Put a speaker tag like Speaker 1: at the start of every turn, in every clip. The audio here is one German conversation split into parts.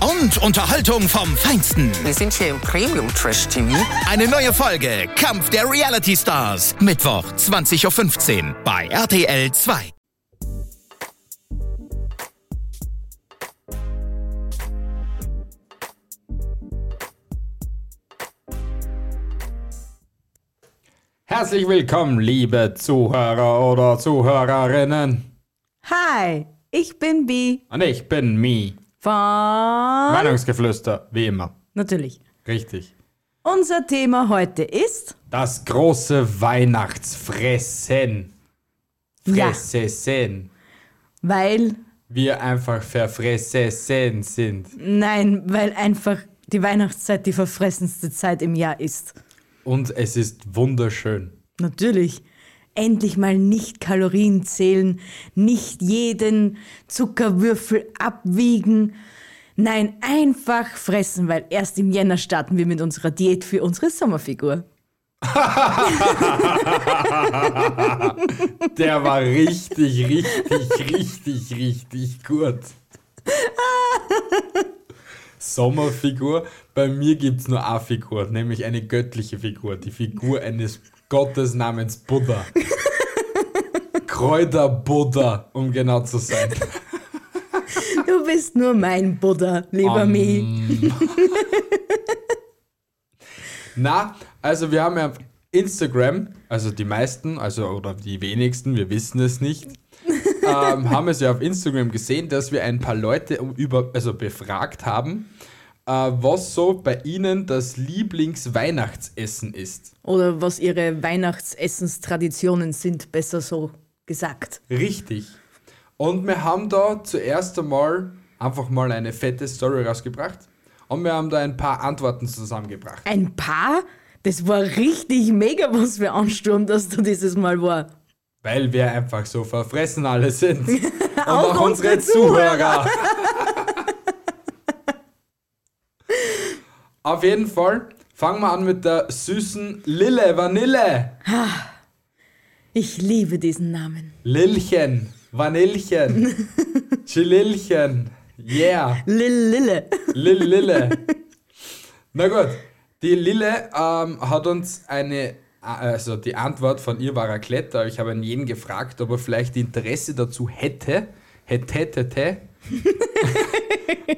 Speaker 1: und Unterhaltung vom Feinsten.
Speaker 2: Wir sind hier im Premium Trash TV.
Speaker 1: Eine neue Folge Kampf der Reality Stars. Mittwoch, 20.15 Uhr bei RTL 2.
Speaker 3: Herzlich willkommen, liebe Zuhörer oder Zuhörerinnen.
Speaker 4: Hi, ich bin Bi
Speaker 3: Und ich bin Mi.
Speaker 4: von...
Speaker 3: Meinungsgeflüster, wie immer.
Speaker 4: Natürlich.
Speaker 3: Richtig.
Speaker 4: Unser Thema heute ist...
Speaker 3: Das große Weihnachtsfressen.
Speaker 4: Ja,
Speaker 3: Fressessen.
Speaker 4: weil...
Speaker 3: Wir einfach verfressessen sind.
Speaker 4: Nein, weil einfach die Weihnachtszeit die verfressenste Zeit im Jahr ist.
Speaker 3: Und es ist wunderschön.
Speaker 4: Natürlich. Endlich mal nicht Kalorien zählen, nicht jeden Zuckerwürfel abwiegen. Nein, einfach fressen, weil erst im Jänner starten wir mit unserer Diät für unsere Sommerfigur.
Speaker 3: Der war richtig, richtig, richtig, richtig gut. Sommerfigur. Bei mir gibt es nur eine Figur, nämlich eine göttliche Figur. Die Figur eines Gottes namens Buddha. Kräuter-Buddha, um genau zu sein.
Speaker 4: Du bist nur mein Buddha, lieber
Speaker 3: Am-
Speaker 4: Mi.
Speaker 3: Na, also wir haben ja auf Instagram, also die meisten, also oder die wenigsten, wir wissen es nicht, ähm, haben es ja auf Instagram gesehen, dass wir ein paar Leute um- über, also befragt haben, äh, was so bei ihnen das Lieblingsweihnachtsessen ist.
Speaker 4: Oder was ihre Weihnachtsessenstraditionen sind, besser so gesagt.
Speaker 3: Richtig. Und wir haben da zuerst einmal einfach mal eine fette Story rausgebracht und wir haben da ein paar Antworten zusammengebracht.
Speaker 4: Ein Paar? Das war richtig mega, was für Ansturm, dass du dieses Mal war.
Speaker 3: Weil wir einfach so verfressen alle sind. Und
Speaker 4: Auch
Speaker 3: auch, unsere
Speaker 4: unsere
Speaker 3: Zuhörer. Auf jeden Fall fangen wir an mit der süßen Lille Vanille.
Speaker 4: Ich liebe diesen Namen.
Speaker 3: Lilchen, Vanillchen, Chililchen. Yeah.
Speaker 4: Lil Lille.
Speaker 3: Lille Lille. Na gut, die Lille ähm, hat uns eine, also die Antwort von ihr war ein Kletter. Ich habe an jeden gefragt, ob er vielleicht Interesse dazu hätte, hätte, hätte, hätte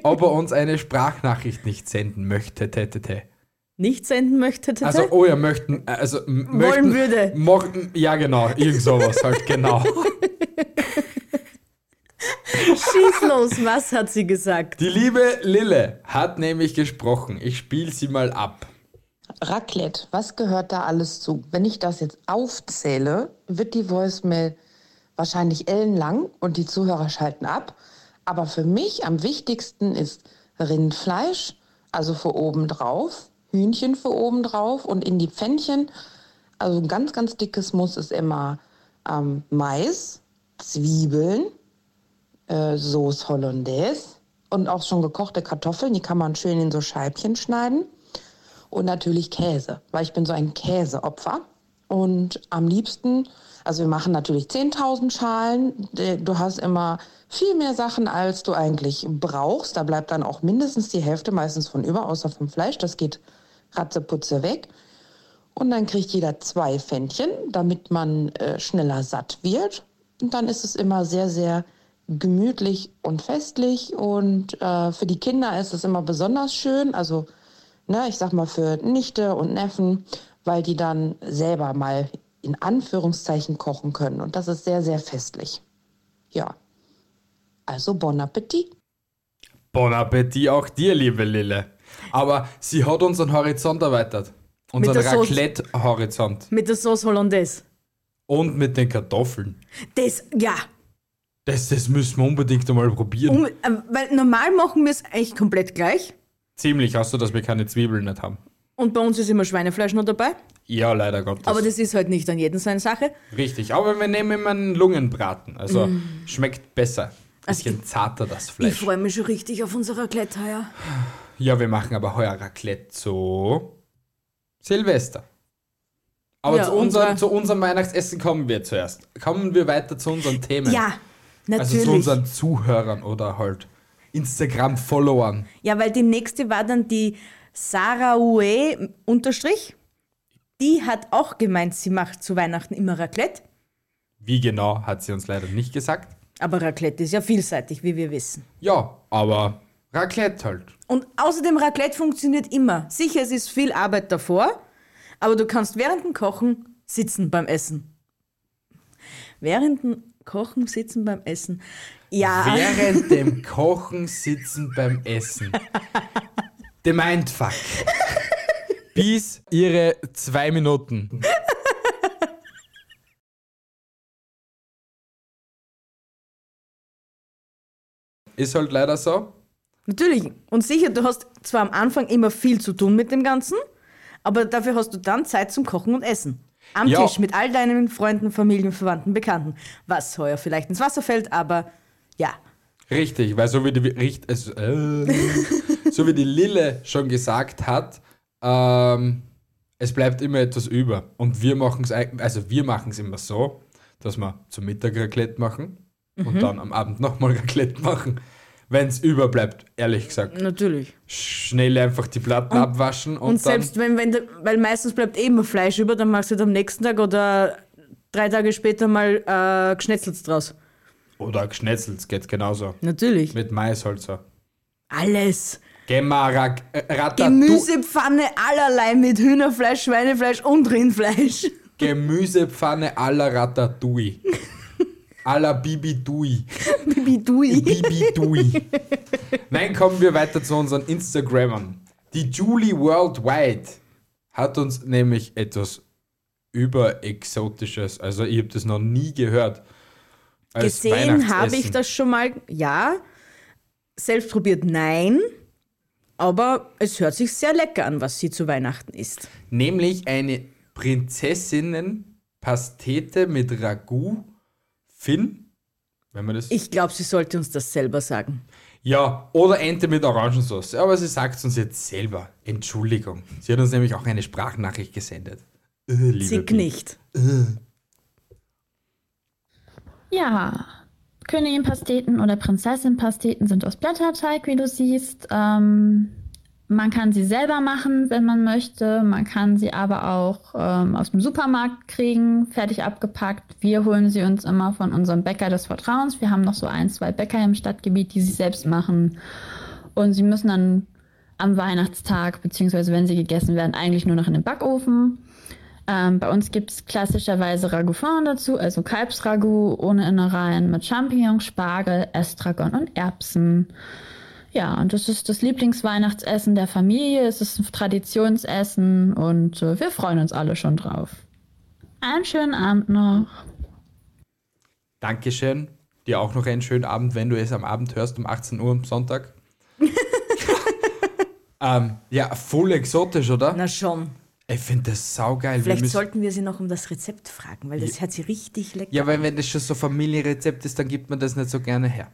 Speaker 3: ob er uns eine Sprachnachricht nicht senden möchte, hätte, hätte.
Speaker 4: Nicht senden möchte, Tete?
Speaker 3: Also, oh ja, möchten, äh, also m- möchten,
Speaker 4: würde.
Speaker 3: Mochten, ja, genau, irgend sowas halt, genau.
Speaker 4: Schieß los, was hat sie gesagt?
Speaker 3: Die liebe Lille hat nämlich gesprochen. Ich spiele sie mal ab.
Speaker 5: Raclette, was gehört da alles zu? Wenn ich das jetzt aufzähle, wird die Voicemail wahrscheinlich ellenlang und die Zuhörer schalten ab. Aber für mich am wichtigsten ist Rindfleisch, also für oben drauf, Hühnchen für oben drauf und in die Pfännchen. Also ein ganz, ganz dickes Muss ist immer ähm, Mais, Zwiebeln, äh, Sauce Hollandaise und auch schon gekochte Kartoffeln. Die kann man schön in so Scheibchen schneiden und natürlich Käse, weil ich bin so ein Käseopfer. Und am liebsten, also wir machen natürlich 10.000 Schalen. D- Du hast immer viel mehr Sachen, als du eigentlich brauchst. Da bleibt dann auch mindestens die Hälfte meistens von über, außer vom Fleisch. Das geht ratzeputze weg. Und dann kriegt jeder zwei Pfändchen, damit man äh, schneller satt wird. Und dann ist es immer sehr, sehr gemütlich und festlich. Und äh, für die Kinder ist es immer besonders schön. Also, ne, ich sag mal für Nichte und Neffen, weil die dann selber mal in Anführungszeichen kochen können. Und das ist sehr, sehr festlich. Ja. Also Bon Appetit.
Speaker 3: Bon Appetit auch dir, liebe Lille. Aber sie hat unseren Horizont erweitert. Unseren
Speaker 4: der Sauce.
Speaker 3: Raclette-Horizont.
Speaker 4: Mit der Sauce Hollandaise.
Speaker 3: Und mit den Kartoffeln.
Speaker 4: Das, ja.
Speaker 3: Das, das müssen wir unbedingt einmal probieren.
Speaker 4: Um, äh, weil normal machen wir es eigentlich komplett gleich.
Speaker 3: Ziemlich hast du, dass wir keine Zwiebeln nicht haben.
Speaker 4: Und bei uns ist immer Schweinefleisch noch dabei.
Speaker 3: Ja, leider Gottes.
Speaker 4: aber das ist halt nicht an jedem seine Sache.
Speaker 3: Richtig, aber wir nehmen immer einen Lungenbraten. Also schmeckt besser.
Speaker 4: Mm. Also
Speaker 3: Bisschen zarter das
Speaker 4: Ich
Speaker 3: Fleisch.
Speaker 4: freue mich schon richtig auf unsere Raclette heuer.
Speaker 3: Ja, wir machen aber heuer Raclette zu Silvester. Aber
Speaker 4: Ja,
Speaker 3: zu, unser,
Speaker 4: unsere-
Speaker 3: zu unserem Weihnachtsessen kommen wir zuerst. Kommen wir weiter zu unseren Themen.
Speaker 4: Ja,
Speaker 3: also zu
Speaker 4: natürlich.
Speaker 3: unseren Zuhörern oder halt Instagram-Followern.
Speaker 4: ja, weil die nächste war dann die Sarah Ue unterstrich. Die hat auch gemeint, sie macht zu Weihnachten immer Raclette.
Speaker 3: Wie genau, hat sie uns leider nicht gesagt.
Speaker 4: Aber Raclette ist ja vielseitig, wie wir wissen.
Speaker 3: Ja, aber Raclette halt.
Speaker 4: Und außerdem, Raclette funktioniert immer. Sicher, es ist viel Arbeit davor, aber du kannst während dem Kochen sitzen beim Essen. Während dem Kochen sitzen beim Essen. Ja,
Speaker 3: Während dem Kochen sitzen beim Essen. The Mindfuck. Bis ihre zwei Minuten. Ist halt leider so.
Speaker 4: natürlich. Und sicher, du hast zwar am Anfang immer viel zu tun mit dem Ganzen, aber dafür hast du dann Zeit zum Kochen und Essen. Am
Speaker 3: Ja.
Speaker 4: Tisch mit all deinen Freunden, Familien, Verwandten, Bekannten. Was heuer vielleicht ins Wasser fällt, aber ja.
Speaker 3: Richtig, weil so wie die, richt- also, äh, so wie die Lille schon gesagt hat, ähm, es bleibt immer etwas über. Und wir machen es also wir machen es immer so, dass wir zum Mittag Raclette machen
Speaker 4: Mhm.
Speaker 3: und dann am Abend nochmal Raclette machen, wenn es überbleibt, ehrlich gesagt.
Speaker 4: Natürlich.
Speaker 3: Schnell einfach die Platten abwaschen und,
Speaker 4: Und,
Speaker 3: dann
Speaker 4: selbst wenn, wenn, du- weil meistens bleibt eh immer Fleisch über, dann machst du halt am nächsten Tag oder drei Tage später mal äh, geschnetzelt draus.
Speaker 3: oder geschnetzelt, geht genauso.
Speaker 4: Natürlich.
Speaker 3: Mit Mais halt so.
Speaker 4: Alles.
Speaker 3: Geh mal Rac- äh, Ratatouille-
Speaker 4: Gemüsepfanne allerlei mit Hühnerfleisch, Schweinefleisch und Rindfleisch.
Speaker 3: Gemüsepfanne à la Ratatouille. à la Bibidui.
Speaker 4: Bidui.
Speaker 3: Bibidui. Nein, kommen wir weiter zu unseren Instagrammern. Die Julie Worldwide hat uns nämlich etwas überexotisches, also ich habe das noch nie gehört. als
Speaker 4: Gesehen habe ich
Speaker 3: Weihnachtsessen.
Speaker 4: das schon mal, ja. Selbst probiert, nein. Aber es hört sich sehr lecker an, was sie zu Weihnachten isst.
Speaker 3: Nämlich eine Prinzessinnen-Pastete mit Ragout Finn, wenn man das
Speaker 4: Ich glaube, sie sollte uns das selber sagen.
Speaker 3: Ja, oder Ente mit Orangensauce. Aber sie sagt es uns jetzt selber. Entschuldigung. Sie hat uns nämlich auch eine Sprachnachricht gesendet. Äh, liebe
Speaker 4: Zick
Speaker 3: Bi.
Speaker 4: nicht.
Speaker 6: Ja, Königin-Pasteten oder Prinzessin-Pasteten sind aus Blätterteig, wie du siehst. Ähm, man kann sie selber machen, wenn man möchte. Man kann sie aber auch ähm, aus dem Supermarkt kriegen, fertig abgepackt. Wir holen sie uns immer von unserem Bäcker des Vertrauens. Wir haben noch so ein, zwei Bäcker im Stadtgebiet, die sie selbst machen. Und sie müssen dann am Weihnachtstag, beziehungsweise wenn sie gegessen werden, eigentlich nur noch in den Backofen. Ähm, bei uns gibt es klassischerweise Ragoufin dazu, also Kalbsragout ohne Innereien mit Champignons, Spargel, Estragon und Erbsen. Ja, und das ist das Lieblingsweihnachtsessen der Familie. Es ist ein Traditionsessen und äh, wir freuen uns alle schon drauf. Einen schönen Abend noch.
Speaker 3: Dankeschön. Dir auch noch einen schönen Abend, wenn du es am Abend hörst, um 18 Uhr am Sonntag. ähm, ja, voll exotisch, oder?
Speaker 4: Na schon.
Speaker 3: Ich finde das saugeil. Wir
Speaker 4: Vielleicht
Speaker 3: müssen-
Speaker 4: sollten wir sie noch um das Rezept fragen, weil das hört sie richtig lecker.
Speaker 3: ja, weil wenn das schon so Familienrezept ist, dann gibt man das nicht so gerne her.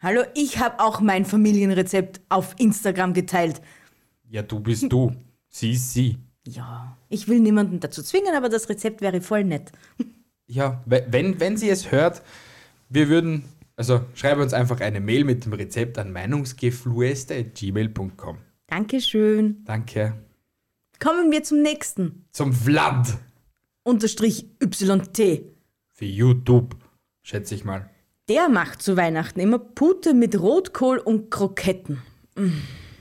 Speaker 4: Hallo, ich habe auch mein Familienrezept auf Instagram geteilt.
Speaker 3: Ja, du bist du. Sie ist sie.
Speaker 4: Ja, ich will niemanden dazu zwingen, aber das Rezept wäre voll nett.
Speaker 3: Ja, we- wenn, wenn sie es hört, wir würden, also schreibe uns einfach eine Mail mit dem Rezept an meinungsgefluester.gmail.com.
Speaker 4: Dankeschön.
Speaker 3: Danke.
Speaker 4: Kommen wir zum nächsten.
Speaker 3: Zum Vlad
Speaker 4: Unterstrich YT.
Speaker 3: für YouTube, schätze ich mal.
Speaker 4: Der macht zu Weihnachten immer Pute mit Rotkohl und Kroketten.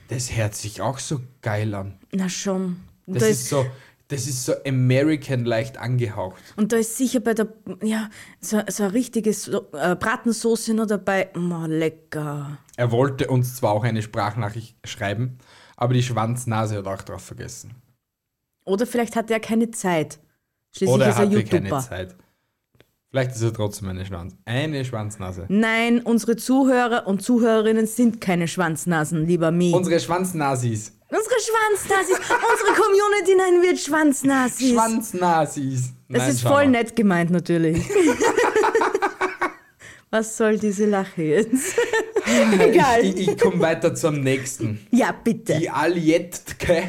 Speaker 3: Das hört sich auch so geil an.
Speaker 4: Na schon. Und
Speaker 3: Das
Speaker 4: da
Speaker 3: ist so, das ist so American leicht angehaucht.
Speaker 4: Und da ist sicher bei der, ja, so, so eine richtige so äh, Bratensoße noch dabei. Ma, lecker.
Speaker 3: Er wollte uns zwar auch eine Sprachnachricht schreiben, aber die Schwanznase hat auch drauf vergessen.
Speaker 4: Oder vielleicht hatte er keine Zeit. Schließlich
Speaker 3: Oder er
Speaker 4: ist er
Speaker 3: hatte
Speaker 4: YouTuber.
Speaker 3: keine Zeit. Vielleicht ist er trotzdem eine Schwanz. Eine Schwanznase.
Speaker 4: Nein, unsere Zuhörer und Zuhörerinnen sind keine Schwanznasen, lieber Mi.
Speaker 3: Unsere Schwanznasis.
Speaker 4: unsere Schwanznasis, unsere Community nennen wir Schwanznasis.
Speaker 3: Schwanznasis.
Speaker 4: das
Speaker 3: Nein,
Speaker 4: ist
Speaker 3: schau
Speaker 4: voll
Speaker 3: mal.
Speaker 4: nett gemeint natürlich. Was soll diese Lache jetzt? Egal.
Speaker 3: Ich, ich komme weiter zum nächsten.
Speaker 4: ja, bitte.
Speaker 3: Die Aljetke,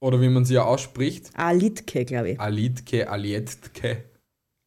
Speaker 3: oder wie man sie ja ausspricht,
Speaker 4: Alitke, glaube Ah, ich.
Speaker 3: Alitke, Aljetke,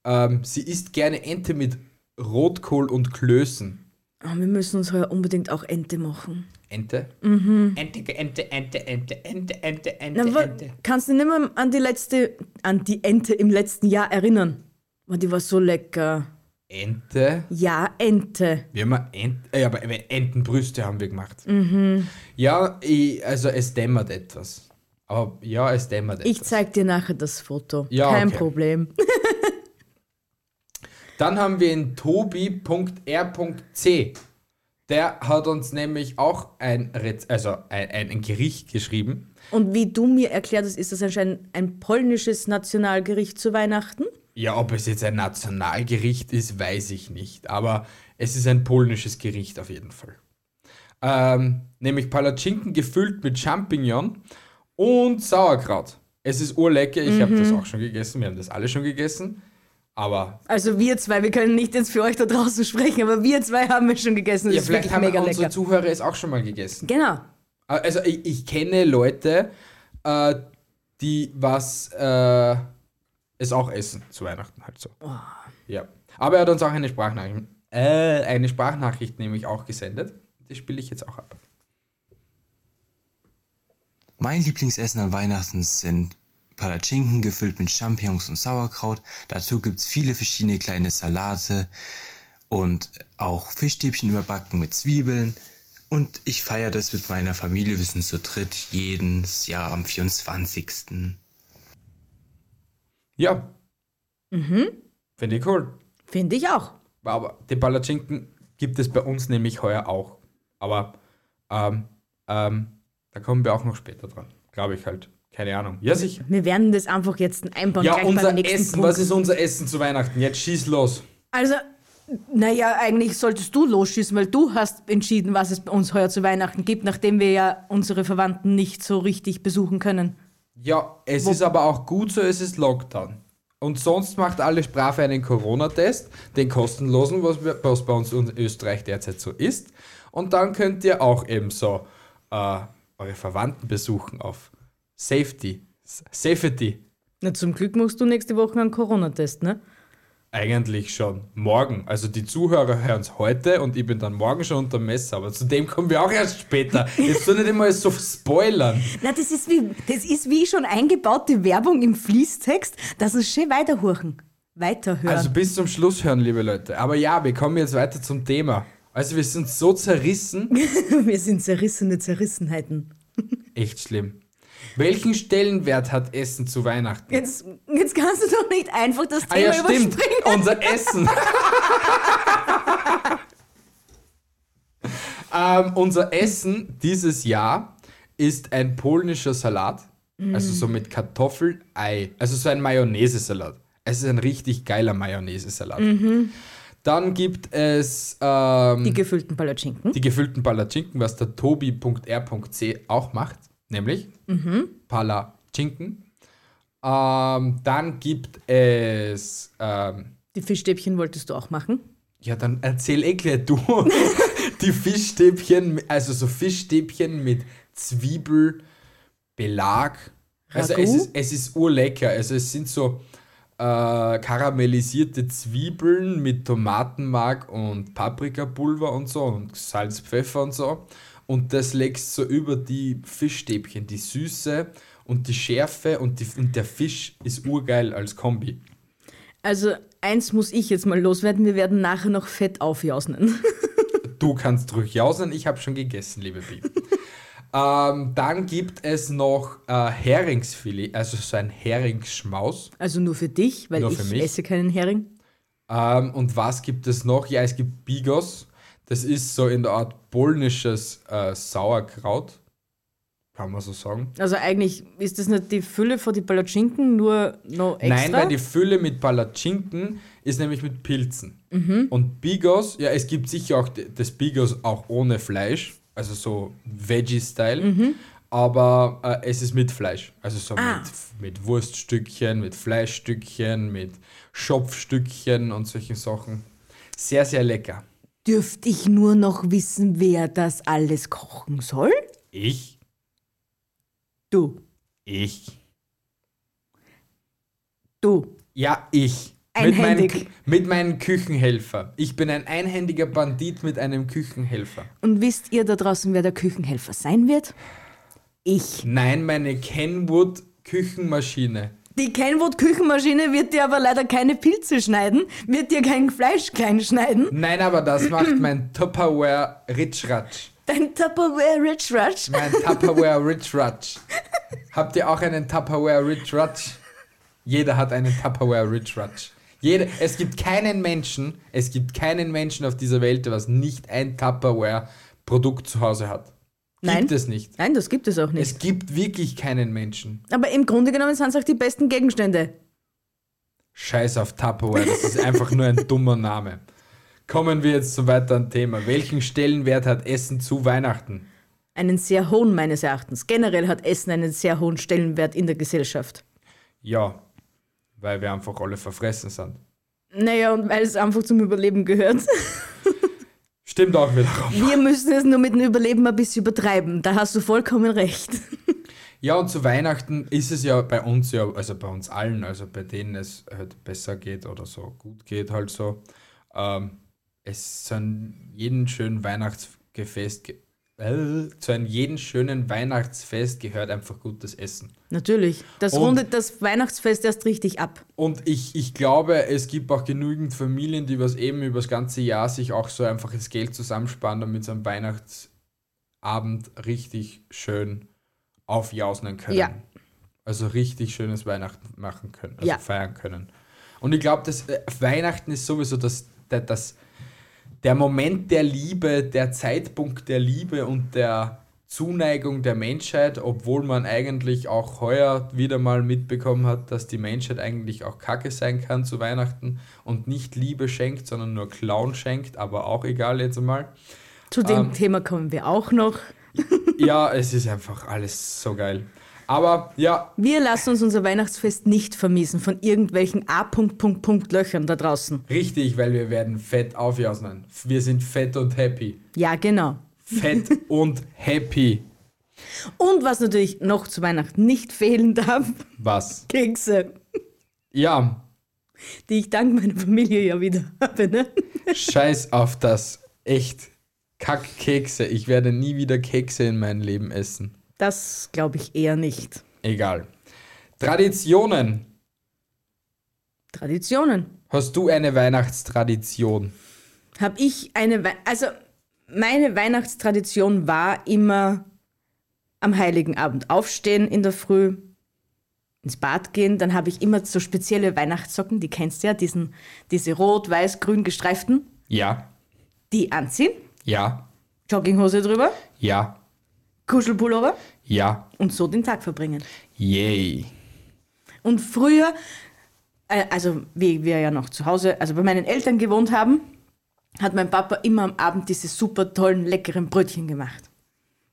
Speaker 3: ähm, sie isst gerne Ente mit Rotkohl und Klößen.
Speaker 4: Oh, wir müssen uns heuer unbedingt auch Ente machen.
Speaker 3: Ente?
Speaker 7: Ente, Ente, Ente, Ente, Ente, Ente, Ente,
Speaker 4: Mhm. Na, wa-
Speaker 7: Ente.
Speaker 4: kannst du dich nicht mehr an die letzte, an die Ente im letzten Jahr erinnern? Oh, die war so lecker.
Speaker 3: Ente?
Speaker 4: Ja, Ente.
Speaker 3: Wir haben ja Ent äh, aber Entenbrüste haben wir gemacht.
Speaker 4: Mhm.
Speaker 3: Ja, ich, also es dämmert etwas. Aber ja, es dämmert
Speaker 4: Ich
Speaker 3: etwas.
Speaker 4: zeig dir nachher das Foto.
Speaker 3: Ja,
Speaker 4: Kein
Speaker 3: okay.
Speaker 4: Problem.
Speaker 3: Dann haben wir den Tobi.r.c. Der hat uns nämlich auch ein, Rez also ein, ein, ein Gericht geschrieben.
Speaker 4: Und wie du mir erklärt hast, ist das anscheinend ein polnisches Nationalgericht zu Weihnachten.
Speaker 3: Ja, ob es jetzt ein Nationalgericht ist, weiß ich nicht. Aber es ist ein polnisches Gericht auf jeden Fall. Ähm, nämlich Palatschinken gefüllt mit Champignon und Sauerkraut. Es ist urlecker. Ich habe
Speaker 4: Mhm.
Speaker 3: das auch schon gegessen. Wir haben das alle schon gegessen. Aber
Speaker 4: Also wir zwei, wir können nicht jetzt für euch da draußen sprechen, aber wir zwei haben es schon gegessen. Das
Speaker 3: ja,
Speaker 4: ist
Speaker 3: vielleicht
Speaker 4: wirklich
Speaker 3: haben
Speaker 4: mega
Speaker 3: unsere
Speaker 4: lecker.
Speaker 3: Zuhörer es auch schon mal gegessen.
Speaker 4: Genau.
Speaker 3: Also ich, ich kenne Leute, äh, die was äh, es auch essen zu Weihnachten halt so. Ja. Aber er hat uns auch eine Sprachnachricht, äh, eine Sprachnachricht nämlich auch gesendet. Das spiele ich jetzt auch ab.
Speaker 8: Mein Lieblingsessen an Weihnachten sind Palatschinken gefüllt mit Champignons und Sauerkraut. Dazu gibt's viele verschiedene kleine Salate und auch Fischstäbchen überbacken mit Zwiebeln. Und ich feiere das mit meiner Familie. Wir sind zu dritt jedes Jahr am 24.
Speaker 3: Ja. Mhm.
Speaker 4: Mhm.
Speaker 3: Finde ich cool.
Speaker 4: Finde ich auch.
Speaker 3: Aber die Palatschinken gibt es bei uns nämlich heuer auch. Aber ähm, ähm, da kommen wir auch noch später dran. Glaube ich halt. Keine Ahnung. Ja, sicher.
Speaker 4: Wir werden das einfach jetzt einbauen.
Speaker 3: Ja,
Speaker 4: gleich
Speaker 3: unser
Speaker 4: beim nächsten
Speaker 3: Essen.
Speaker 4: Punkt.
Speaker 3: Was ist unser Essen zu Weihnachten? Jetzt schieß los.
Speaker 4: Also, naja, eigentlich solltest du losschießen, weil du hast entschieden, was es bei uns heuer zu Weihnachten gibt, nachdem wir ja unsere Verwandten nicht so richtig besuchen können.
Speaker 3: Ja, es ist aber auch gut so, es ist Lockdown. Und sonst macht alles brav einen Corona-Test, den kostenlosen, was, wir, was bei uns in Österreich derzeit so ist. Und dann könnt ihr auch eben so äh, eure Verwandten besuchen auf Safety. S- Safety.
Speaker 4: Na, zum Glück musst du nächste Woche einen Corona-Test, ne?
Speaker 3: Eigentlich schon morgen. Also die Zuhörer hören es heute und ich bin dann morgen schon unter Messer. Aber zu dem kommen wir auch erst später. Jetzt soll nicht immer so spoilern.
Speaker 4: Na, das ist wie, das ist wie schon eingebaute Werbung im Fließtext, dass es schön weiterhurchen. Weiterhören.
Speaker 3: Also bis zum Schluss hören, liebe Leute. Aber ja, wir kommen jetzt weiter zum Thema. Also wir sind so zerrissen.
Speaker 4: wir sind zerrissene Zerrissenheiten.
Speaker 3: Echt schlimm. Welchen Stellenwert hat Essen zu Weihnachten?
Speaker 4: Jetzt, jetzt kannst du doch nicht einfach das Thema
Speaker 3: ah ja, stimmt.
Speaker 4: überspringen.
Speaker 3: Unser Essen. ähm, unser Essen dieses Jahr ist ein polnischer Salat.
Speaker 4: Mhm.
Speaker 3: Also so mit Kartoffel, Ei. Also so ein Mayonnaise-Salat. Es ist ein richtig geiler Mayonnaise-Salat. Dann gibt es... Ähm,
Speaker 4: Mhm. Die gefüllten Palatschinken.
Speaker 3: die gefüllten Palatschinken, was der Tobi.r.c auch macht, nämlich Palatschinken. Ähm, dann gibt es, ähm,
Speaker 4: Die Fischstäbchen wolltest du auch machen.
Speaker 3: ja, dann erzähl eh gleich du, die Fischstäbchen, also so Fischstäbchen mit Zwiebel, Belag. Also es
Speaker 4: Ragout?
Speaker 3: ist, es ist urlecker. Also es sind so äh, karamellisierte Zwiebeln mit Tomatenmark und Paprikapulver und so und Salz, Pfeffer und so. Und das legst so über die Fischstäbchen, die Süße und die Schärfe und, die, und der Fisch ist urgeil als Kombi.
Speaker 4: Also, eins muss ich jetzt mal loswerden. Wir werden nachher noch fett aufjausnen.
Speaker 3: Du kannst ruhig jausen, ich habe schon gegessen, liebe Bi. ähm, dann gibt es noch äh, Heringsfilet, also so ein Heringsschmaus.
Speaker 4: Also nur für dich, weil
Speaker 3: Nur für
Speaker 4: ich
Speaker 3: mich.
Speaker 4: esse keinen Hering.
Speaker 3: Ähm, und was gibt es noch? Ja, es gibt Bigos. Das ist so in der Art polnisches äh, Sauerkraut. Kann man so sagen.
Speaker 4: Also eigentlich ist das nicht die Fülle von den Palatschinken, nur noch extra?
Speaker 3: Nein, weil die Fülle mit Palatschinken ist nämlich mit Pilzen. Und Bigos, ja, es gibt sicher auch d- das Bigos auch ohne Fleisch, also so Veggie-Style, aber äh, es ist mit Fleisch. Also so mit, mit Wurststückchen, mit Fleischstückchen, mit Schopfstückchen und solchen Sachen. Sehr, sehr lecker.
Speaker 4: Dürfte ich nur noch wissen, wer das alles kochen soll?
Speaker 3: Ich?
Speaker 4: Du,
Speaker 3: Ich?
Speaker 4: du.
Speaker 3: Ja, ich. Mit
Speaker 4: Einhändig.
Speaker 3: meinem, mit meinem Küchenhelfer. Ich bin ein einhändiger Bandit mit einem Küchenhelfer.
Speaker 4: Und wisst ihr da draußen, wer der Küchenhelfer sein wird? Ich.
Speaker 3: Nein, meine Kenwood Küchenmaschine.
Speaker 4: Die Kenwood-Küchenmaschine wird dir aber leider keine Pilze schneiden, wird dir kein Fleisch klein schneiden.
Speaker 3: Nein, aber das macht mein Tupperware Ritschratsch.
Speaker 4: Dein Tupperware Rich Rush.
Speaker 3: Mein Tupperware Ritschratsch. Habt ihr auch einen Tupperware Ritschratsch? Jeder hat einen Tupperware Ritschratsch. Jeder, es gibt keinen Menschen, es gibt keinen Menschen auf dieser Welt, der was nicht ein Tupperware Produkt zu Hause hat. Gibt
Speaker 4: Nein.
Speaker 3: es nicht.
Speaker 4: Nein, das gibt es auch nicht.
Speaker 3: Es gibt wirklich keinen Menschen.
Speaker 4: aber im Grunde genommen sind es auch die besten Gegenstände.
Speaker 3: Scheiß auf Tupperware, das ist einfach nur ein dummer Name. Kommen wir jetzt zum weiteren Thema. Welchen Stellenwert hat Essen zu Weihnachten?
Speaker 4: Einen sehr hohen meines Erachtens. Generell hat Essen einen sehr hohen Stellenwert in der Gesellschaft.
Speaker 3: Ja, weil wir einfach alle verfressen sind.
Speaker 4: Naja, und weil es einfach zum Überleben gehört.
Speaker 3: Stimmt auch wiederum.
Speaker 4: Wir müssen es nur mit dem Überleben ein bisschen übertreiben. Da hast du vollkommen recht.
Speaker 3: Ja, und zu Weihnachten ist es ja bei uns ja, also bei uns allen, also bei denen es halt besser geht oder so gut geht, halt so. Ähm, es sind jeden schönen Weihnachtsgefest, ge- äh, zu einem jeden schönen Weihnachtsfest gehört einfach gutes Essen.
Speaker 4: Natürlich. Das
Speaker 3: Und-
Speaker 4: rundet das Weihnachtsfest erst richtig ab.
Speaker 3: Und ich, ich glaube, es gibt auch genügend Familien, die was eben über das ganze Jahr sich auch so einfach das Geld zusammensparen, damit sie am Weihnachtsabend richtig schön aufjausen können.
Speaker 4: Ja.
Speaker 3: Also richtig schönes Weihnachten machen können, also
Speaker 4: Ja.
Speaker 3: feiern können. Und ich glaube, dass äh, Weihnachten ist sowieso das, der, das, der Moment der Liebe, der Zeitpunkt der Liebe und der Zuneigung der Menschheit, obwohl man eigentlich auch heuer wieder mal mitbekommen hat, dass die Menschheit eigentlich auch Kacke sein kann zu Weihnachten und nicht Liebe schenkt, sondern nur Clown schenkt, aber auch egal jetzt einmal.
Speaker 4: Zu dem Thema kommen wir auch noch.
Speaker 3: Ja, es ist einfach alles so geil. Aber ja,
Speaker 4: Wir lassen uns unser Weihnachtsfest nicht vermiesen von irgendwelchen A. Punkt, Punkt, Punkt Löchern da draußen.
Speaker 3: richtig, weil wir werden fett aufjausen. Wir sind fett und happy.
Speaker 4: Ja, genau.
Speaker 3: Fett und happy.
Speaker 4: Und was natürlich noch zu Weihnachten nicht fehlen darf,
Speaker 3: Was?
Speaker 4: Kekse,
Speaker 3: Ja,
Speaker 4: die ich dank meiner Familie ja wieder habe. Ne?
Speaker 3: Scheiß auf das. Echt. Kackkekse. Ich werde nie wieder Kekse in meinem Leben essen.
Speaker 4: Das glaube ich eher nicht.
Speaker 3: Egal. Traditionen.
Speaker 4: Traditionen.
Speaker 3: Hast du eine Weihnachtstradition?
Speaker 4: Habe ich eine, Wei- also meine Weihnachtstradition war immer am Heiligen Abend aufstehen in der Früh, ins Bad gehen. Dann habe ich immer so spezielle Weihnachtssocken, die kennst du ja, diesen, diese rot-weiß-grün gestreiften,
Speaker 3: Ja.
Speaker 4: die anziehen,
Speaker 3: Ja.
Speaker 4: Jogginghose drüber,
Speaker 3: Ja.
Speaker 4: Kuschelpullover
Speaker 3: Ja.
Speaker 4: und so den Tag verbringen.
Speaker 3: Yay.
Speaker 4: Und früher, äh, also wie wir ja noch zu Hause, also bei meinen Eltern gewohnt haben, hat mein Papa immer am Abend diese super tollen, leckeren Brötchen gemacht.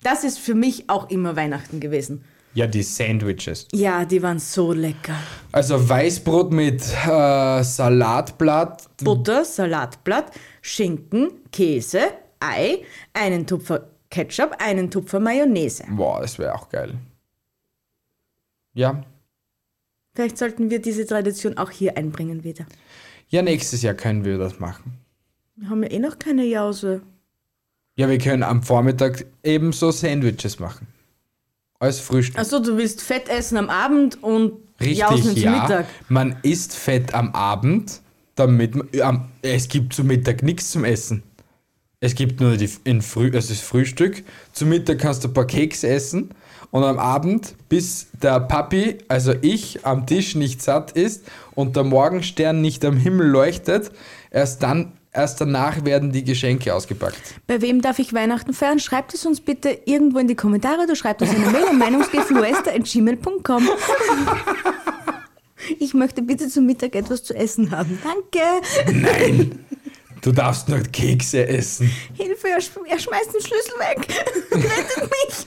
Speaker 4: Das ist für mich auch immer Weihnachten gewesen.
Speaker 3: Ja, die Sandwiches.
Speaker 4: Ja, die waren so lecker.
Speaker 3: Also Weißbrot mit äh, Salatblatt.
Speaker 4: Butter, Salatblatt, Schinken, Käse, Ei, einen Tupfer Ketchup, einen Tupfer Mayonnaise.
Speaker 3: Boah, das wäre auch geil. Ja.
Speaker 4: Vielleicht sollten wir diese Tradition auch hier einbringen wieder.
Speaker 3: Ja, nächstes Jahr können wir das machen.
Speaker 4: Wir haben ja eh noch keine Jause.
Speaker 3: Ja, wir können am Vormittag eben so Sandwiches machen. Als Frühstück.
Speaker 4: Achso, Also du willst Fett essen am Abend und Jausen
Speaker 3: Richtig,
Speaker 4: zum
Speaker 3: ja.
Speaker 4: Mittag.
Speaker 3: Man isst fett am Abend, damit man, am- es gibt zum Mittag nichts zum Essen. Es gibt nur die, in Früh, also das Frühstück. Zum Mittag kannst du ein paar Kekse essen und am Abend, bis der Papi, also ich, am Tisch nicht satt ist und der Morgenstern nicht am Himmel leuchtet, erst dann Erst danach werden die Geschenke ausgepackt.
Speaker 4: Bei wem darf ich Weihnachten feiern? Schreibt es uns bitte irgendwo in die Kommentare oder schreibt uns eine Mail an meinungsgefluester.gmail.com. Ich möchte bitte zum Mittag etwas zu essen haben. Danke.
Speaker 3: Du darfst nur Kekse essen.
Speaker 4: Hilfe, er, sch er schmeißt den Schlüssel weg. Rettet mich.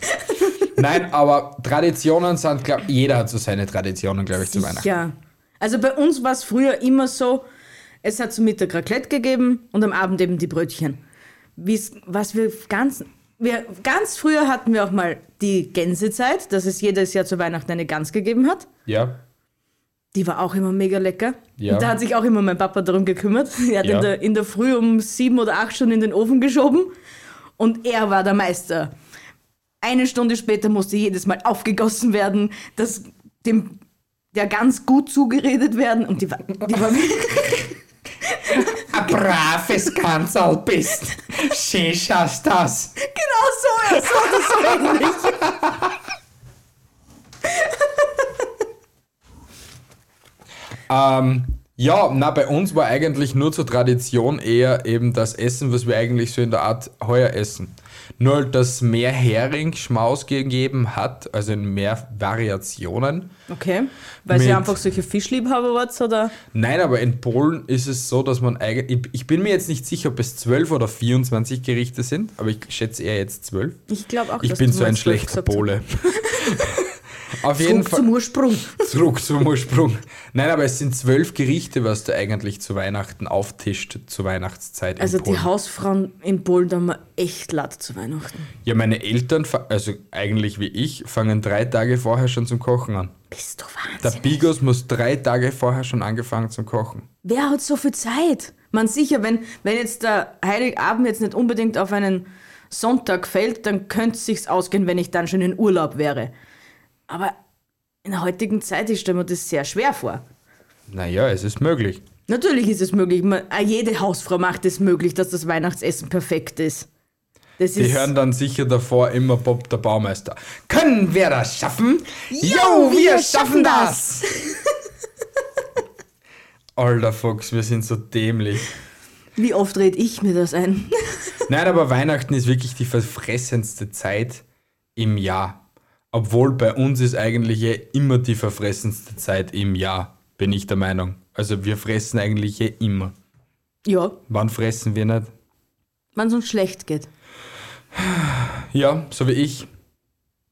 Speaker 3: Nein, aber Traditionen sind, glaube jeder hat so seine Traditionen, glaube ich, zu Weihnachten.
Speaker 4: Ja. Also bei uns war es früher immer so, es hat zum Mittag Raclette gegeben und am Abend eben die Brötchen. Wie's, was wir ganz, wir ganz früher hatten wir auch mal die Gänsezeit, dass es jedes Jahr zu Weihnachten eine Gans gegeben hat.
Speaker 3: Ja.
Speaker 4: Die war auch immer mega lecker.
Speaker 3: Ja.
Speaker 4: Und da hat sich auch immer mein Papa darum gekümmert. Er hat
Speaker 3: Ja.
Speaker 4: in, der, in der Früh um sieben oder acht schon in den Ofen geschoben und er war der Meister. Eine Stunde später musste jedes Mal aufgegossen werden, dass dem der ganz gut zugeredet werden und die war, die war
Speaker 7: Ein braves Kanzerl halt bist. Schön schaust das.
Speaker 4: Genau so, ja, so das so ähnlich.
Speaker 3: Ähm, ja, na, bei uns war eigentlich nur zur Tradition eher eben das Essen, was wir eigentlich so in der Art heuer essen. Nur, halt, dass mehr Hering Schmaus gegeben hat, also in mehr Variationen.
Speaker 4: Okay, weil
Speaker 3: Mit-
Speaker 4: ihr einfach solche Fischliebhaber wart, oder?
Speaker 3: Nein, aber in Polen ist es so, dass man eigentlich. Ich bin mir jetzt nicht sicher, ob es 12 oder 24 Gerichte sind, aber ich schätze eher jetzt 12.
Speaker 4: Ich glaube auch,
Speaker 3: Ich bin so ein schlechter Pole. Auf jeden
Speaker 4: Zurück
Speaker 3: Fall.
Speaker 4: zum Ursprung.
Speaker 3: Zurück zum Ursprung. Nein, aber es sind zwölf Gerichte, was du eigentlich zu Weihnachten auftischt, zur Weihnachtszeit. in
Speaker 4: Also die
Speaker 3: Polen.
Speaker 4: Hausfrauen in Polen, da haben wir echt Latte zu Weihnachten.
Speaker 3: Ja, meine Eltern, fa- also eigentlich wie ich, fangen drei Tage vorher schon zum Kochen an.
Speaker 4: Bist du
Speaker 3: Der
Speaker 4: Wahnsinn?
Speaker 3: Bigos muss drei Tage vorher schon angefangen zum Kochen.
Speaker 4: Wer hat so viel Zeit? Man sicher, wenn, wenn jetzt der Heiligabend jetzt nicht unbedingt auf einen Sonntag fällt, dann könnte es sich ausgehen, wenn ich dann schon in Urlaub wäre. Aber in der heutigen Zeit, ich stelle mir das sehr schwer vor.
Speaker 3: Naja, es ist möglich.
Speaker 4: Natürlich ist es möglich. Man, ah, jede Hausfrau macht es möglich, dass das Weihnachtsessen perfekt ist. Das
Speaker 3: Die
Speaker 4: ist
Speaker 3: hören dann sicher davor immer Bob der Baumeister. Können wir das schaffen?
Speaker 4: Jo, wir schaffen das!
Speaker 3: Alter Fuchs, wir sind so dämlich.
Speaker 4: wie oft red ich mir das ein?
Speaker 3: Nein, aber Weihnachten ist wirklich die verfressenste Zeit im Jahr. Obwohl bei uns ist eigentlich eh immer die verfressenste Zeit im Jahr, bin ich der Meinung. Also wir fressen eigentlich eh immer.
Speaker 4: ja,
Speaker 3: Wann fressen wir nicht?
Speaker 4: wenn es uns schlecht geht.
Speaker 3: Ja, so wie ich.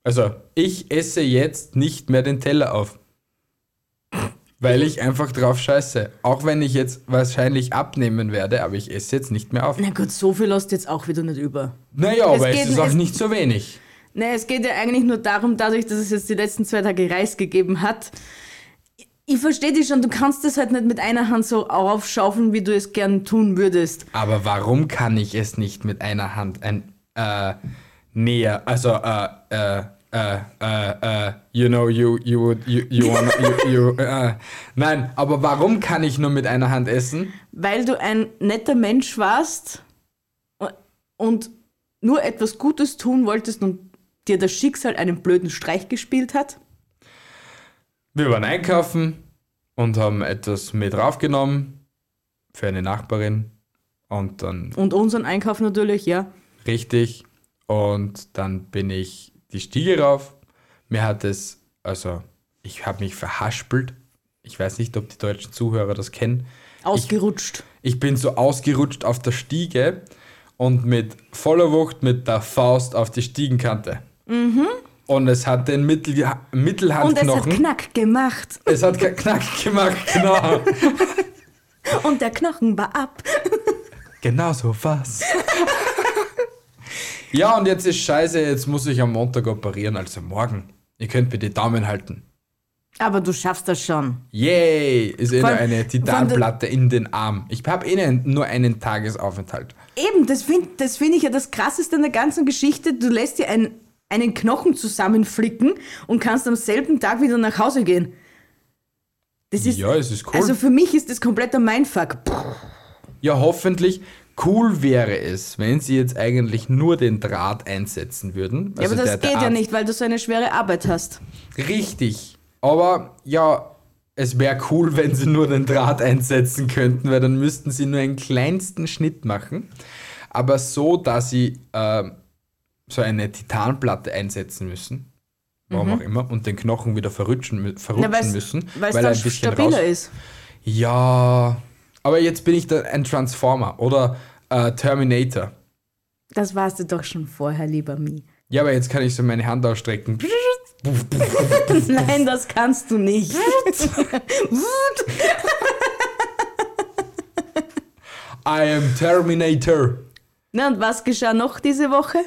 Speaker 3: Also, ich esse jetzt nicht mehr den Teller auf. Weil ich einfach drauf scheiße. Auch wenn ich jetzt wahrscheinlich abnehmen werde, aber ich esse jetzt nicht mehr auf.
Speaker 4: Na gut, so viel hast du jetzt auch wieder nicht über.
Speaker 3: Naja, aber
Speaker 4: geht-
Speaker 3: es ist auch
Speaker 4: es-
Speaker 3: nicht so wenig.
Speaker 4: Naja, es geht ja eigentlich nur darum, dadurch, dass es jetzt die letzten zwei Tage Reis gegeben hat. Ich verstehe dich schon, du kannst das halt nicht mit einer Hand so aufschaufeln, wie du es gern tun würdest.
Speaker 3: Aber warum kann ich es nicht mit einer Hand ein äh, näher, also äh, äh, äh, äh, äh, you know, you, you, would- you, you, wanna, you, you äh, nein, aber warum kann ich nur mit einer Hand essen?
Speaker 4: Weil du ein netter Mensch warst und nur etwas Gutes tun wolltest und dir das Schicksal einen blöden Streich gespielt hat.
Speaker 3: Wir waren einkaufen und haben etwas mit draufgenommen für eine Nachbarin und dann
Speaker 4: Und unseren Einkauf natürlich, ja.
Speaker 3: richtig und dann bin ich die Stiege rauf. Mir hat es, also ich habe mich verhaspelt. Ich weiß nicht, ob die deutschen Zuhörer das kennen.
Speaker 4: Ausgerutscht.
Speaker 3: Ich bin so ausgerutscht auf der Stiege und mit voller Wucht mit der Faust auf die Stiegenkante. Mhm. Und es hat den Mittel,
Speaker 4: und es hat
Speaker 3: Mittelhandknochen.
Speaker 4: Knack gemacht.
Speaker 3: Es hat, ge- Knack gemacht, genau.
Speaker 4: Und der Knochen war ab.
Speaker 3: genau so was. ja, und jetzt ist scheiße, jetzt muss ich am Montag operieren, also morgen. Ihr könnt mir die Daumen halten.
Speaker 4: Aber du schaffst das schon.
Speaker 3: Yay! Ist eh nur
Speaker 4: allem-
Speaker 3: eine
Speaker 4: vor allem
Speaker 3: Titanplatte in den Arm. Ich habe eh nen- nur einen Tagesaufenthalt.
Speaker 4: Eben, das finde das find ich ja das Krasseste an der ganzen Geschichte. Du lässt dir ein, einen Knochen zusammenflicken und kannst am selben Tag wieder nach Hause gehen. Das ist,
Speaker 3: Ja, es ist cool.
Speaker 4: Also für mich ist das kompletter Mindfuck. Puh,
Speaker 3: Ja, hoffentlich. Cool wäre es, wenn sie jetzt eigentlich nur den Draht einsetzen würden.
Speaker 4: ja,
Speaker 3: Also
Speaker 4: aber das
Speaker 3: der- der
Speaker 4: geht ja
Speaker 3: Arzt-
Speaker 4: nicht, weil du so eine schwere Arbeit hast.
Speaker 3: Richtig. Aber ja, es wäre cool, wenn sie nur den Draht einsetzen könnten, weil dann müssten sie nur einen kleinsten Schnitt machen. Aber so, dass sie ähm, so eine Titanplatte einsetzen müssen, warum auch immer, und den Knochen wieder verrutschen, mü- verrutschen
Speaker 4: Mhm. weil's-
Speaker 3: müssen,
Speaker 4: weil's
Speaker 3: weil er
Speaker 4: dann
Speaker 3: ein bisschen
Speaker 4: stabiler
Speaker 3: raus,
Speaker 4: ist.
Speaker 3: Ja, aber jetzt bin ich da ein Transformer oder äh, Terminator.
Speaker 4: Das warst du doch schon vorher, lieber Mi.
Speaker 3: Ja, aber jetzt kann ich so meine Hand ausstrecken.
Speaker 4: Nein, das kannst du nicht.
Speaker 3: I am Terminator.
Speaker 4: Na, und was geschah noch diese Woche?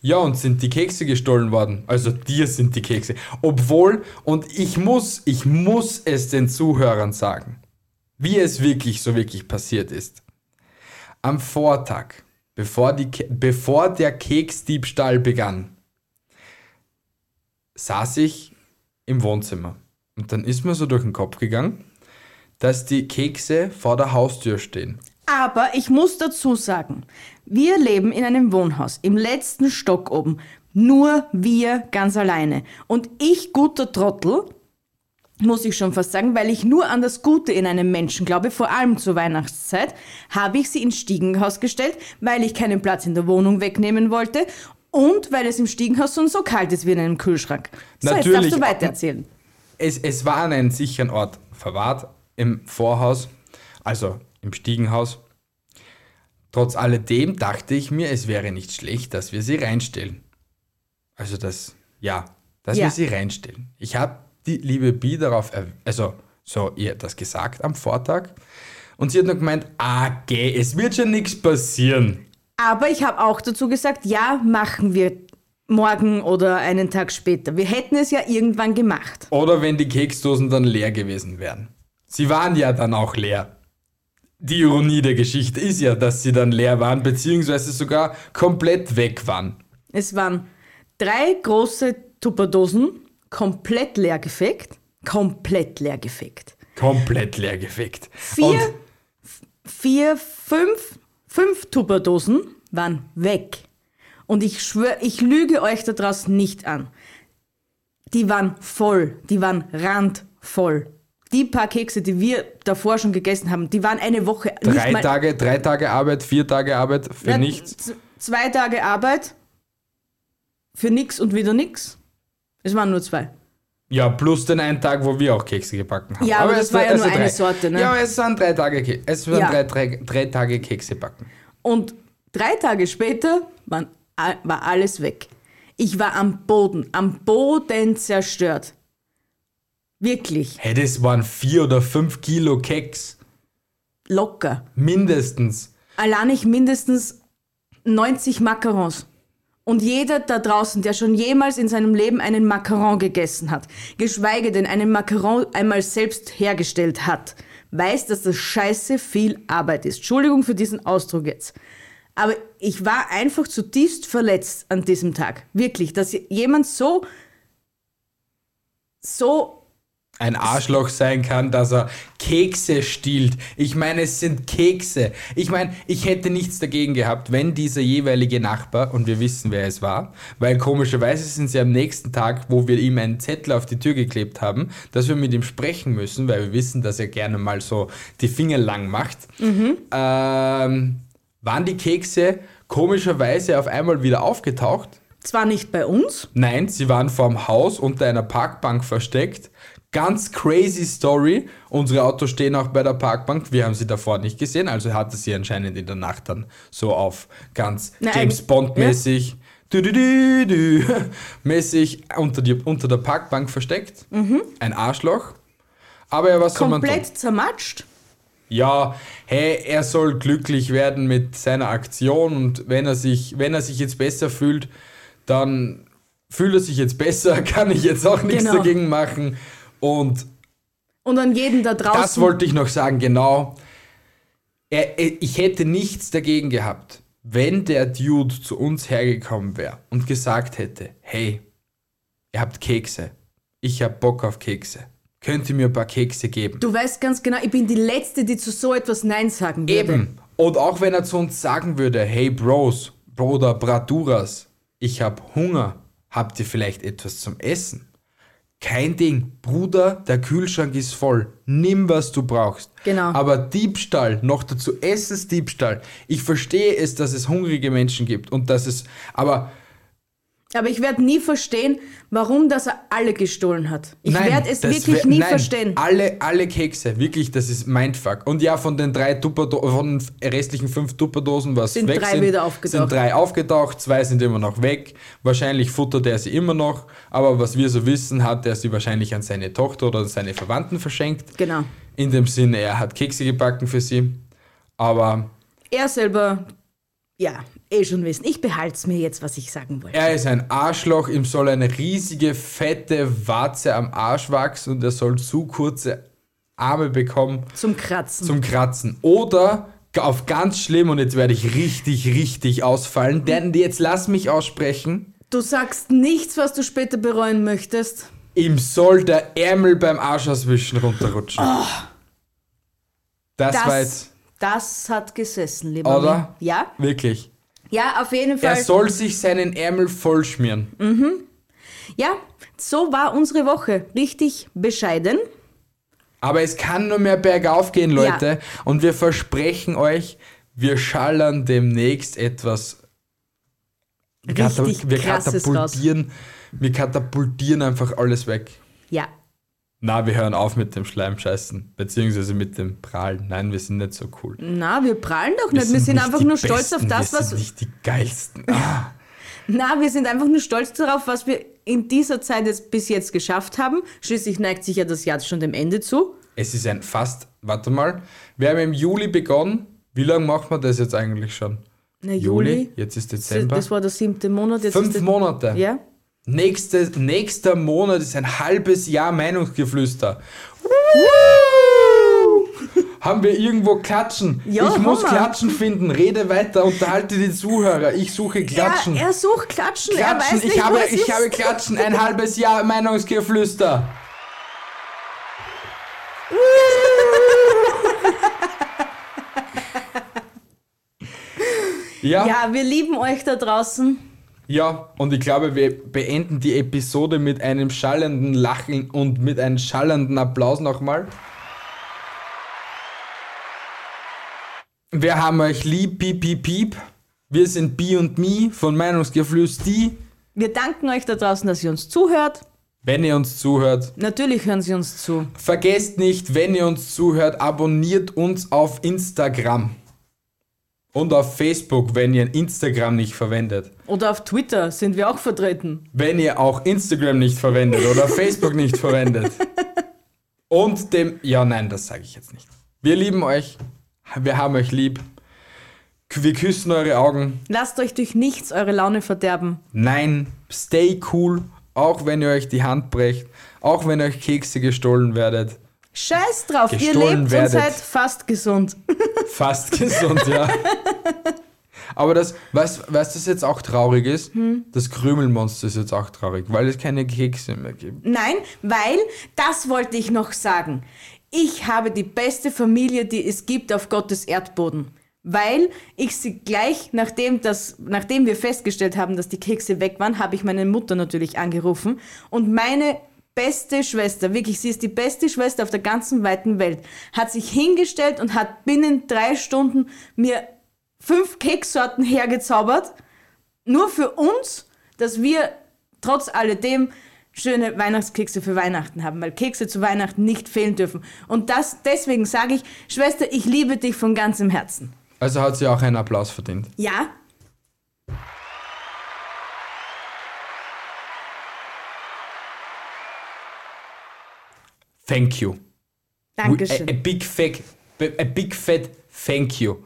Speaker 3: Ja, und sind die Kekse gestohlen worden. Also dir sind die Kekse. Obwohl, und ich muss, ich muss es den Zuhörern sagen, wie es wirklich so wirklich passiert ist. Am Vortag, bevor, die, Ke- bevor der Keksdiebstahl begann, saß ich im Wohnzimmer. Und dann ist mir so durch den Kopf gegangen, dass die Kekse vor der Haustür stehen.
Speaker 4: Aber ich muss dazu sagen, wir leben in einem Wohnhaus, im letzten Stock oben. Nur wir ganz alleine. Und ich, guter Trottel, muss ich schon fast sagen, weil ich nur an das Gute in einem Menschen glaube, vor allem zur Weihnachtszeit, habe ich sie ins Stiegenhaus gestellt, weil ich keinen Platz in der Wohnung wegnehmen wollte und weil es im Stiegenhaus sonst so kalt ist wie in einem Kühlschrank. So, jetzt darfst
Speaker 3: Natürlich.
Speaker 4: du weitererzählen.
Speaker 3: es, es war an einem sicheren Ort verwahrt, im Vorhaus, also im Stiegenhaus. Trotz alledem dachte ich mir, es wäre nicht schlecht, dass wir sie reinstellen. Also das, ja, dass
Speaker 4: Ja.
Speaker 3: wir sie reinstellen. Ich habe die liebe Bi darauf, er- also so ihr das gesagt am Vortag. Und sie hat nur gemeint, ah, geh, es wird schon nichts passieren.
Speaker 4: Aber ich habe auch dazu gesagt, ja, machen wir morgen oder einen Tag später. Wir hätten es ja irgendwann gemacht.
Speaker 3: Oder wenn die Keksdosen dann leer gewesen wären. Sie waren ja dann auch leer. Die Ironie der Geschichte ist ja, dass sie dann leer waren, beziehungsweise sogar komplett weg waren.
Speaker 4: Es waren drei große Tupperdosen, komplett leer gefegt. Komplett leer gefegt.
Speaker 3: Komplett leer gefickt.
Speaker 4: Vier, vier, fünf, fünf Tupperdosen waren weg. Und ich schwöre, ich lüge euch da draußen nicht an. Die waren voll, die waren randvoll. Die paar Kekse, die wir davor schon gegessen haben, die waren eine Woche
Speaker 3: Und
Speaker 4: nicht
Speaker 3: drei
Speaker 4: mal-
Speaker 3: Tage, drei Tage Arbeit, vier Tage Arbeit für
Speaker 4: Ja,
Speaker 3: nichts.
Speaker 4: z- Zwei Tage Arbeit für nix und wieder nix. Es waren nur zwei.
Speaker 3: Ja, plus den einen Tag, wo wir auch Kekse gebacken haben.
Speaker 4: Ja, aber das
Speaker 3: es
Speaker 4: war ja
Speaker 3: also
Speaker 4: nur eine
Speaker 3: drei.
Speaker 4: Sorte, ne?
Speaker 3: Ja, aber es waren drei Tage, Ke- es waren
Speaker 4: Ja.
Speaker 3: drei, drei, drei Tage Kekse backen.
Speaker 4: Und drei Tage später waren, a- war alles weg. Ich war am Boden, am Boden zerstört. Wirklich,
Speaker 3: Hey, das waren vier oder fünf Kilo Keks.
Speaker 4: locker.
Speaker 3: Mindestens.
Speaker 4: Allein ich mindestens 90 Macarons. Und jeder da draußen, der schon jemals in seinem Leben einen Macaron gegessen hat, geschweige denn einen Macaron einmal selbst hergestellt hat, weiß, dass das scheiße viel Arbeit ist. Entschuldigung für diesen Ausdruck jetzt. Aber ich war einfach zutiefst verletzt an diesem Tag. Wirklich, dass jemand so, so
Speaker 3: ein Arschloch sein kann, dass er Kekse stiehlt. Ich meine, es sind Kekse. Ich meine, ich hätte nichts dagegen gehabt, wenn dieser jeweilige Nachbar, und wir wissen, wer es war, weil komischerweise sind sie am nächsten Tag, wo wir ihm einen Zettel auf die Tür geklebt haben, dass wir mit ihm sprechen müssen, weil wir wissen, dass er gerne mal so die Finger lang macht, ähm, waren die Kekse komischerweise auf einmal wieder aufgetaucht.
Speaker 4: zwar nicht bei uns,
Speaker 3: Nein, sie waren vorm Haus unter einer Parkbank versteckt. Ganz crazy Story. Unsere Autos stehen auch bei der Parkbank. Wir haben sie davor nicht gesehen, also hatte sie anscheinend in der Nacht dann so auf ganz
Speaker 4: Na,
Speaker 3: James
Speaker 4: eigentlich-
Speaker 3: Bond-mäßig. Du, du, du, du, mäßig unter, die, unter der Parkbank versteckt. Ein Arschloch. Aber er war so
Speaker 4: komplett zermatscht.
Speaker 3: ja, hey, er soll glücklich werden mit seiner Aktion und wenn er sich, wenn er sich jetzt besser fühlt, dann fühlt er sich jetzt besser, kann ich jetzt auch nichts
Speaker 4: Genau.
Speaker 3: dagegen machen. Und
Speaker 4: Und an jeden da draußen.
Speaker 3: das wollte ich noch sagen, genau. Er, er- ich hätte nichts dagegen gehabt, wenn der Dude zu uns hergekommen wäre und gesagt hätte, hey, ihr habt Kekse. Ich hab Bock auf Kekse. Könnt ihr mir ein paar Kekse geben?
Speaker 4: Du weißt ganz genau, ich bin die Letzte, die zu so etwas Nein sagen würde.
Speaker 3: Eben. Und auch wenn er zu uns sagen würde, hey Bros, Bruder, Braduras, ich hab Hunger, habt ihr vielleicht etwas zum Essen? Kein Ding. Bruder, der Kühlschrank ist voll. Nimm, was du brauchst.
Speaker 4: Genau.
Speaker 3: Aber Diebstahl, noch dazu Essensdiebstahl. Ich verstehe es, dass es hungrige Menschen gibt und dass es, aber
Speaker 4: Aber ich werde nie verstehen, warum das er alle gestohlen hat. Ich
Speaker 3: Nein,
Speaker 4: werde es
Speaker 3: das
Speaker 4: wirklich
Speaker 3: wär-
Speaker 4: nie
Speaker 3: nein, Ah.
Speaker 4: verstehen.
Speaker 3: Alle, alle Kekse, wirklich, das ist Mindfuck. Und ja, von den drei Tupperdosen, von den restlichen fünf Tupperdosen, was
Speaker 4: Sind
Speaker 3: weg
Speaker 4: drei
Speaker 3: sind,
Speaker 4: wieder aufgetaucht.
Speaker 3: sind drei aufgetaucht, zwei sind immer noch weg. Wahrscheinlich futtert er sie immer noch, aber was wir so wissen, hat er sie wahrscheinlich an seine Tochter oder an seine Verwandten verschenkt.
Speaker 4: Genau.
Speaker 3: In dem Sinne, er hat Kekse gebacken für sie. Aber
Speaker 4: Er selber, ja, eh schon wissen. Ich behalte es mir jetzt, was ich sagen wollte.
Speaker 3: er ist ein Arschloch, ihm soll eine riesige, fette Warze am Arsch wachsen und er soll zu kurze Arme bekommen.
Speaker 4: Zum Kratzen.
Speaker 3: zum Kratzen. Oder g- auf ganz schlimm, und jetzt werde ich richtig, richtig ausfallen, denn jetzt lass mich aussprechen,
Speaker 4: du sagst nichts, was du später bereuen möchtest.
Speaker 3: ihm soll der Ärmel beim Arsch auswischen runterrutschen.
Speaker 4: Ah.
Speaker 3: Das, war jetzt,
Speaker 4: das hat gesessen, lieber
Speaker 3: Oder?
Speaker 4: Mann. Ja,
Speaker 3: wirklich.
Speaker 4: ja, auf jeden
Speaker 3: Er
Speaker 4: Fall.
Speaker 3: soll sich seinen Ärmel vollschmieren.
Speaker 4: Mhm. ja, so war unsere Woche. Richtig bescheiden.
Speaker 3: Aber es kann nur mehr bergauf gehen, Leute. Und wir versprechen euch, wir schallern demnächst etwas. Wir kata-
Speaker 4: Richtig
Speaker 3: wir
Speaker 4: krasses raus.
Speaker 3: katapultieren, wir katapultieren einfach alles weg.
Speaker 4: Ja,
Speaker 3: Na, wir hören auf mit dem Schleimscheißen, beziehungsweise mit dem Prahlen. Nein, wir sind nicht so cool.
Speaker 4: na, wir prahlen doch nicht. Wir sind,
Speaker 3: nicht
Speaker 4: einfach
Speaker 3: die
Speaker 4: nur stolz auf
Speaker 3: Besten,
Speaker 4: das,
Speaker 3: wir
Speaker 4: was.
Speaker 3: sind nicht die geilsten. Ah,
Speaker 4: Na, wir sind einfach nur stolz darauf, was wir in dieser Zeit jetzt bis jetzt geschafft haben. Schließlich neigt sich ja das Jahr schon dem Ende zu.
Speaker 3: es ist ein fast. Warte mal, wir haben im Juli begonnen. Wie lange macht man das jetzt eigentlich schon?
Speaker 4: Na,
Speaker 3: Jetzt ist
Speaker 4: Das,
Speaker 3: Dezember.
Speaker 4: das war der siebte Monat. Jetzt
Speaker 3: Fünf
Speaker 4: ist der,
Speaker 3: Monate.
Speaker 4: Ja?
Speaker 3: Nächste, nächster Monat ist ein halbes Jahr Meinungsgeflüster. Haben wir irgendwo Klatschen?
Speaker 4: Ja,
Speaker 3: ich muss
Speaker 4: haben wir.
Speaker 3: Klatschen finden. Rede weiter, unterhalte die Zuhörer. Ich suche Klatschen.
Speaker 4: Er, er sucht Klatschen. Er
Speaker 3: Klatschen,
Speaker 4: weiß nicht,
Speaker 3: ich, habe,
Speaker 4: was
Speaker 3: ich
Speaker 4: ist.
Speaker 3: habe Klatschen, ein halbes Jahr Meinungsgeflüster. ja, ja,
Speaker 4: Ja, wir lieben euch da draußen.
Speaker 3: und ich glaube, wir beenden die Episode mit einem schallenden Lachen und mit einem schallenden Applaus nochmal. Wir haben euch lieb, piep, piep, piep. Wir sind B und Me von Meinungsgeflüster.
Speaker 4: Wir danken euch da draußen, dass ihr uns zuhört.
Speaker 3: Wenn ihr uns zuhört,
Speaker 4: Natürlich hören sie uns zu.
Speaker 3: vergesst nicht, wenn ihr uns zuhört, abonniert uns auf Instagram. Und auf Facebook, wenn ihr Instagram nicht verwendet.
Speaker 4: Oder auf Twitter sind wir auch vertreten.
Speaker 3: Wenn ihr auch Instagram nicht verwendet oder Facebook nicht verwendet. Und dem. Ja, nein, das sage ich jetzt nicht. Wir lieben euch. Wir haben euch lieb. Wir küssen eure Augen.
Speaker 4: Lasst euch durch nichts eure Laune verderben.
Speaker 3: Nein, stay cool. Auch wenn ihr euch die Hand brecht. Auch wenn euch Kekse gestohlen werdet.
Speaker 4: Scheiß drauf, ihr
Speaker 3: Gestohlen
Speaker 4: lebt
Speaker 3: werdet.
Speaker 4: und seid fast gesund.
Speaker 3: Fast gesund, ja. Aber das, weißt weißt du, was jetzt auch traurig ist? Das Krümelmonster ist jetzt auch traurig, weil es keine Kekse mehr gibt.
Speaker 4: Nein, weil, das wollte ich noch sagen. Ich habe die beste Familie, die es gibt auf Gottes Erdboden. Weil ich sie gleich, nachdem, das, nachdem wir festgestellt haben, dass die Kekse weg waren, habe ich meine Mutter natürlich angerufen. Und meine beste Schwester, wirklich, sie ist die beste Schwester auf der ganzen weiten Welt, hat sich hingestellt und hat binnen drei Stunden mir fünf Keksorten hergezaubert nur für uns, dass wir trotz alledem schöne Weihnachtskekse für Weihnachten haben, weil Kekse zu Weihnachten nicht fehlen dürfen. Und das deswegen sage ich, Schwester, ich liebe dich von ganzem Herzen.
Speaker 3: Also hat sie auch einen Applaus verdient.
Speaker 4: Ja?
Speaker 3: Thank you. A, a
Speaker 4: Dankeschön.
Speaker 3: big fat, a big fat thank you.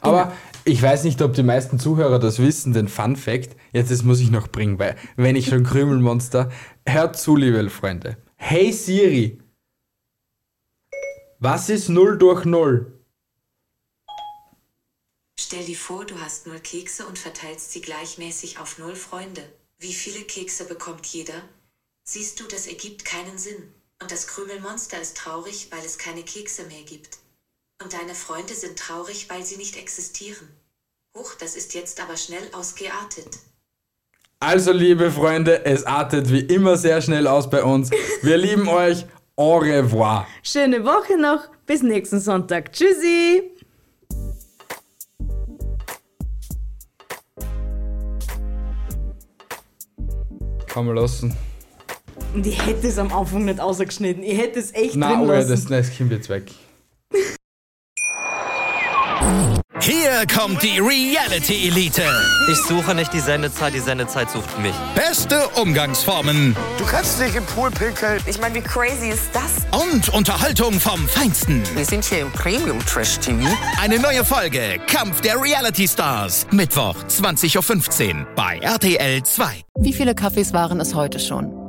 Speaker 3: Aber ich weiß nicht, ob die meisten Zuhörer das wissen, den Fun Fact, jetzt das muss ich noch bringen, weil wenn ich schon Krümelmonster, hört zu, liebe Freunde. Hey Siri, was ist 0 durch 0?
Speaker 9: Stell dir vor, du hast null Kekse und verteilst sie gleichmäßig auf null Freunde. Wie viele Kekse bekommt jeder? Siehst du, das ergibt keinen Sinn. Und das Krümelmonster ist traurig, weil es keine Kekse mehr gibt. Und deine Freunde sind traurig, weil sie nicht existieren. Huch, das ist jetzt aber schnell ausgeartet.
Speaker 3: Also, liebe Freunde, es artet wie immer sehr schnell aus bei uns. Wir lieben euch. Au revoir.
Speaker 4: Schöne Woche noch. Bis nächsten Sonntag. Tschüssi.
Speaker 3: Kann man lassen.
Speaker 4: Und ich hätte es am Anfang nicht ausgeschnitten. Ich hätte es echt
Speaker 3: Nein,
Speaker 4: drin
Speaker 3: oh ja,
Speaker 4: lassen.
Speaker 3: das, nein, das Kind wird weg.
Speaker 1: Hier kommt die Reality Elite.
Speaker 10: Ich suche nicht die Sendezeit, die Sendezeit sucht mich.
Speaker 1: Beste Umgangsformen
Speaker 2: Du kannst dich im Pool pinkeln. Ich meine, wie crazy ist das?
Speaker 1: und Unterhaltung vom Feinsten.
Speaker 2: Wir sind hier im Premium Trash TV.
Speaker 1: Eine neue Folge Kampf der Reality Stars. Mittwoch, 20.15 Uhr bei RTL 2.
Speaker 11: Wie viele Kaffees waren es heute schon?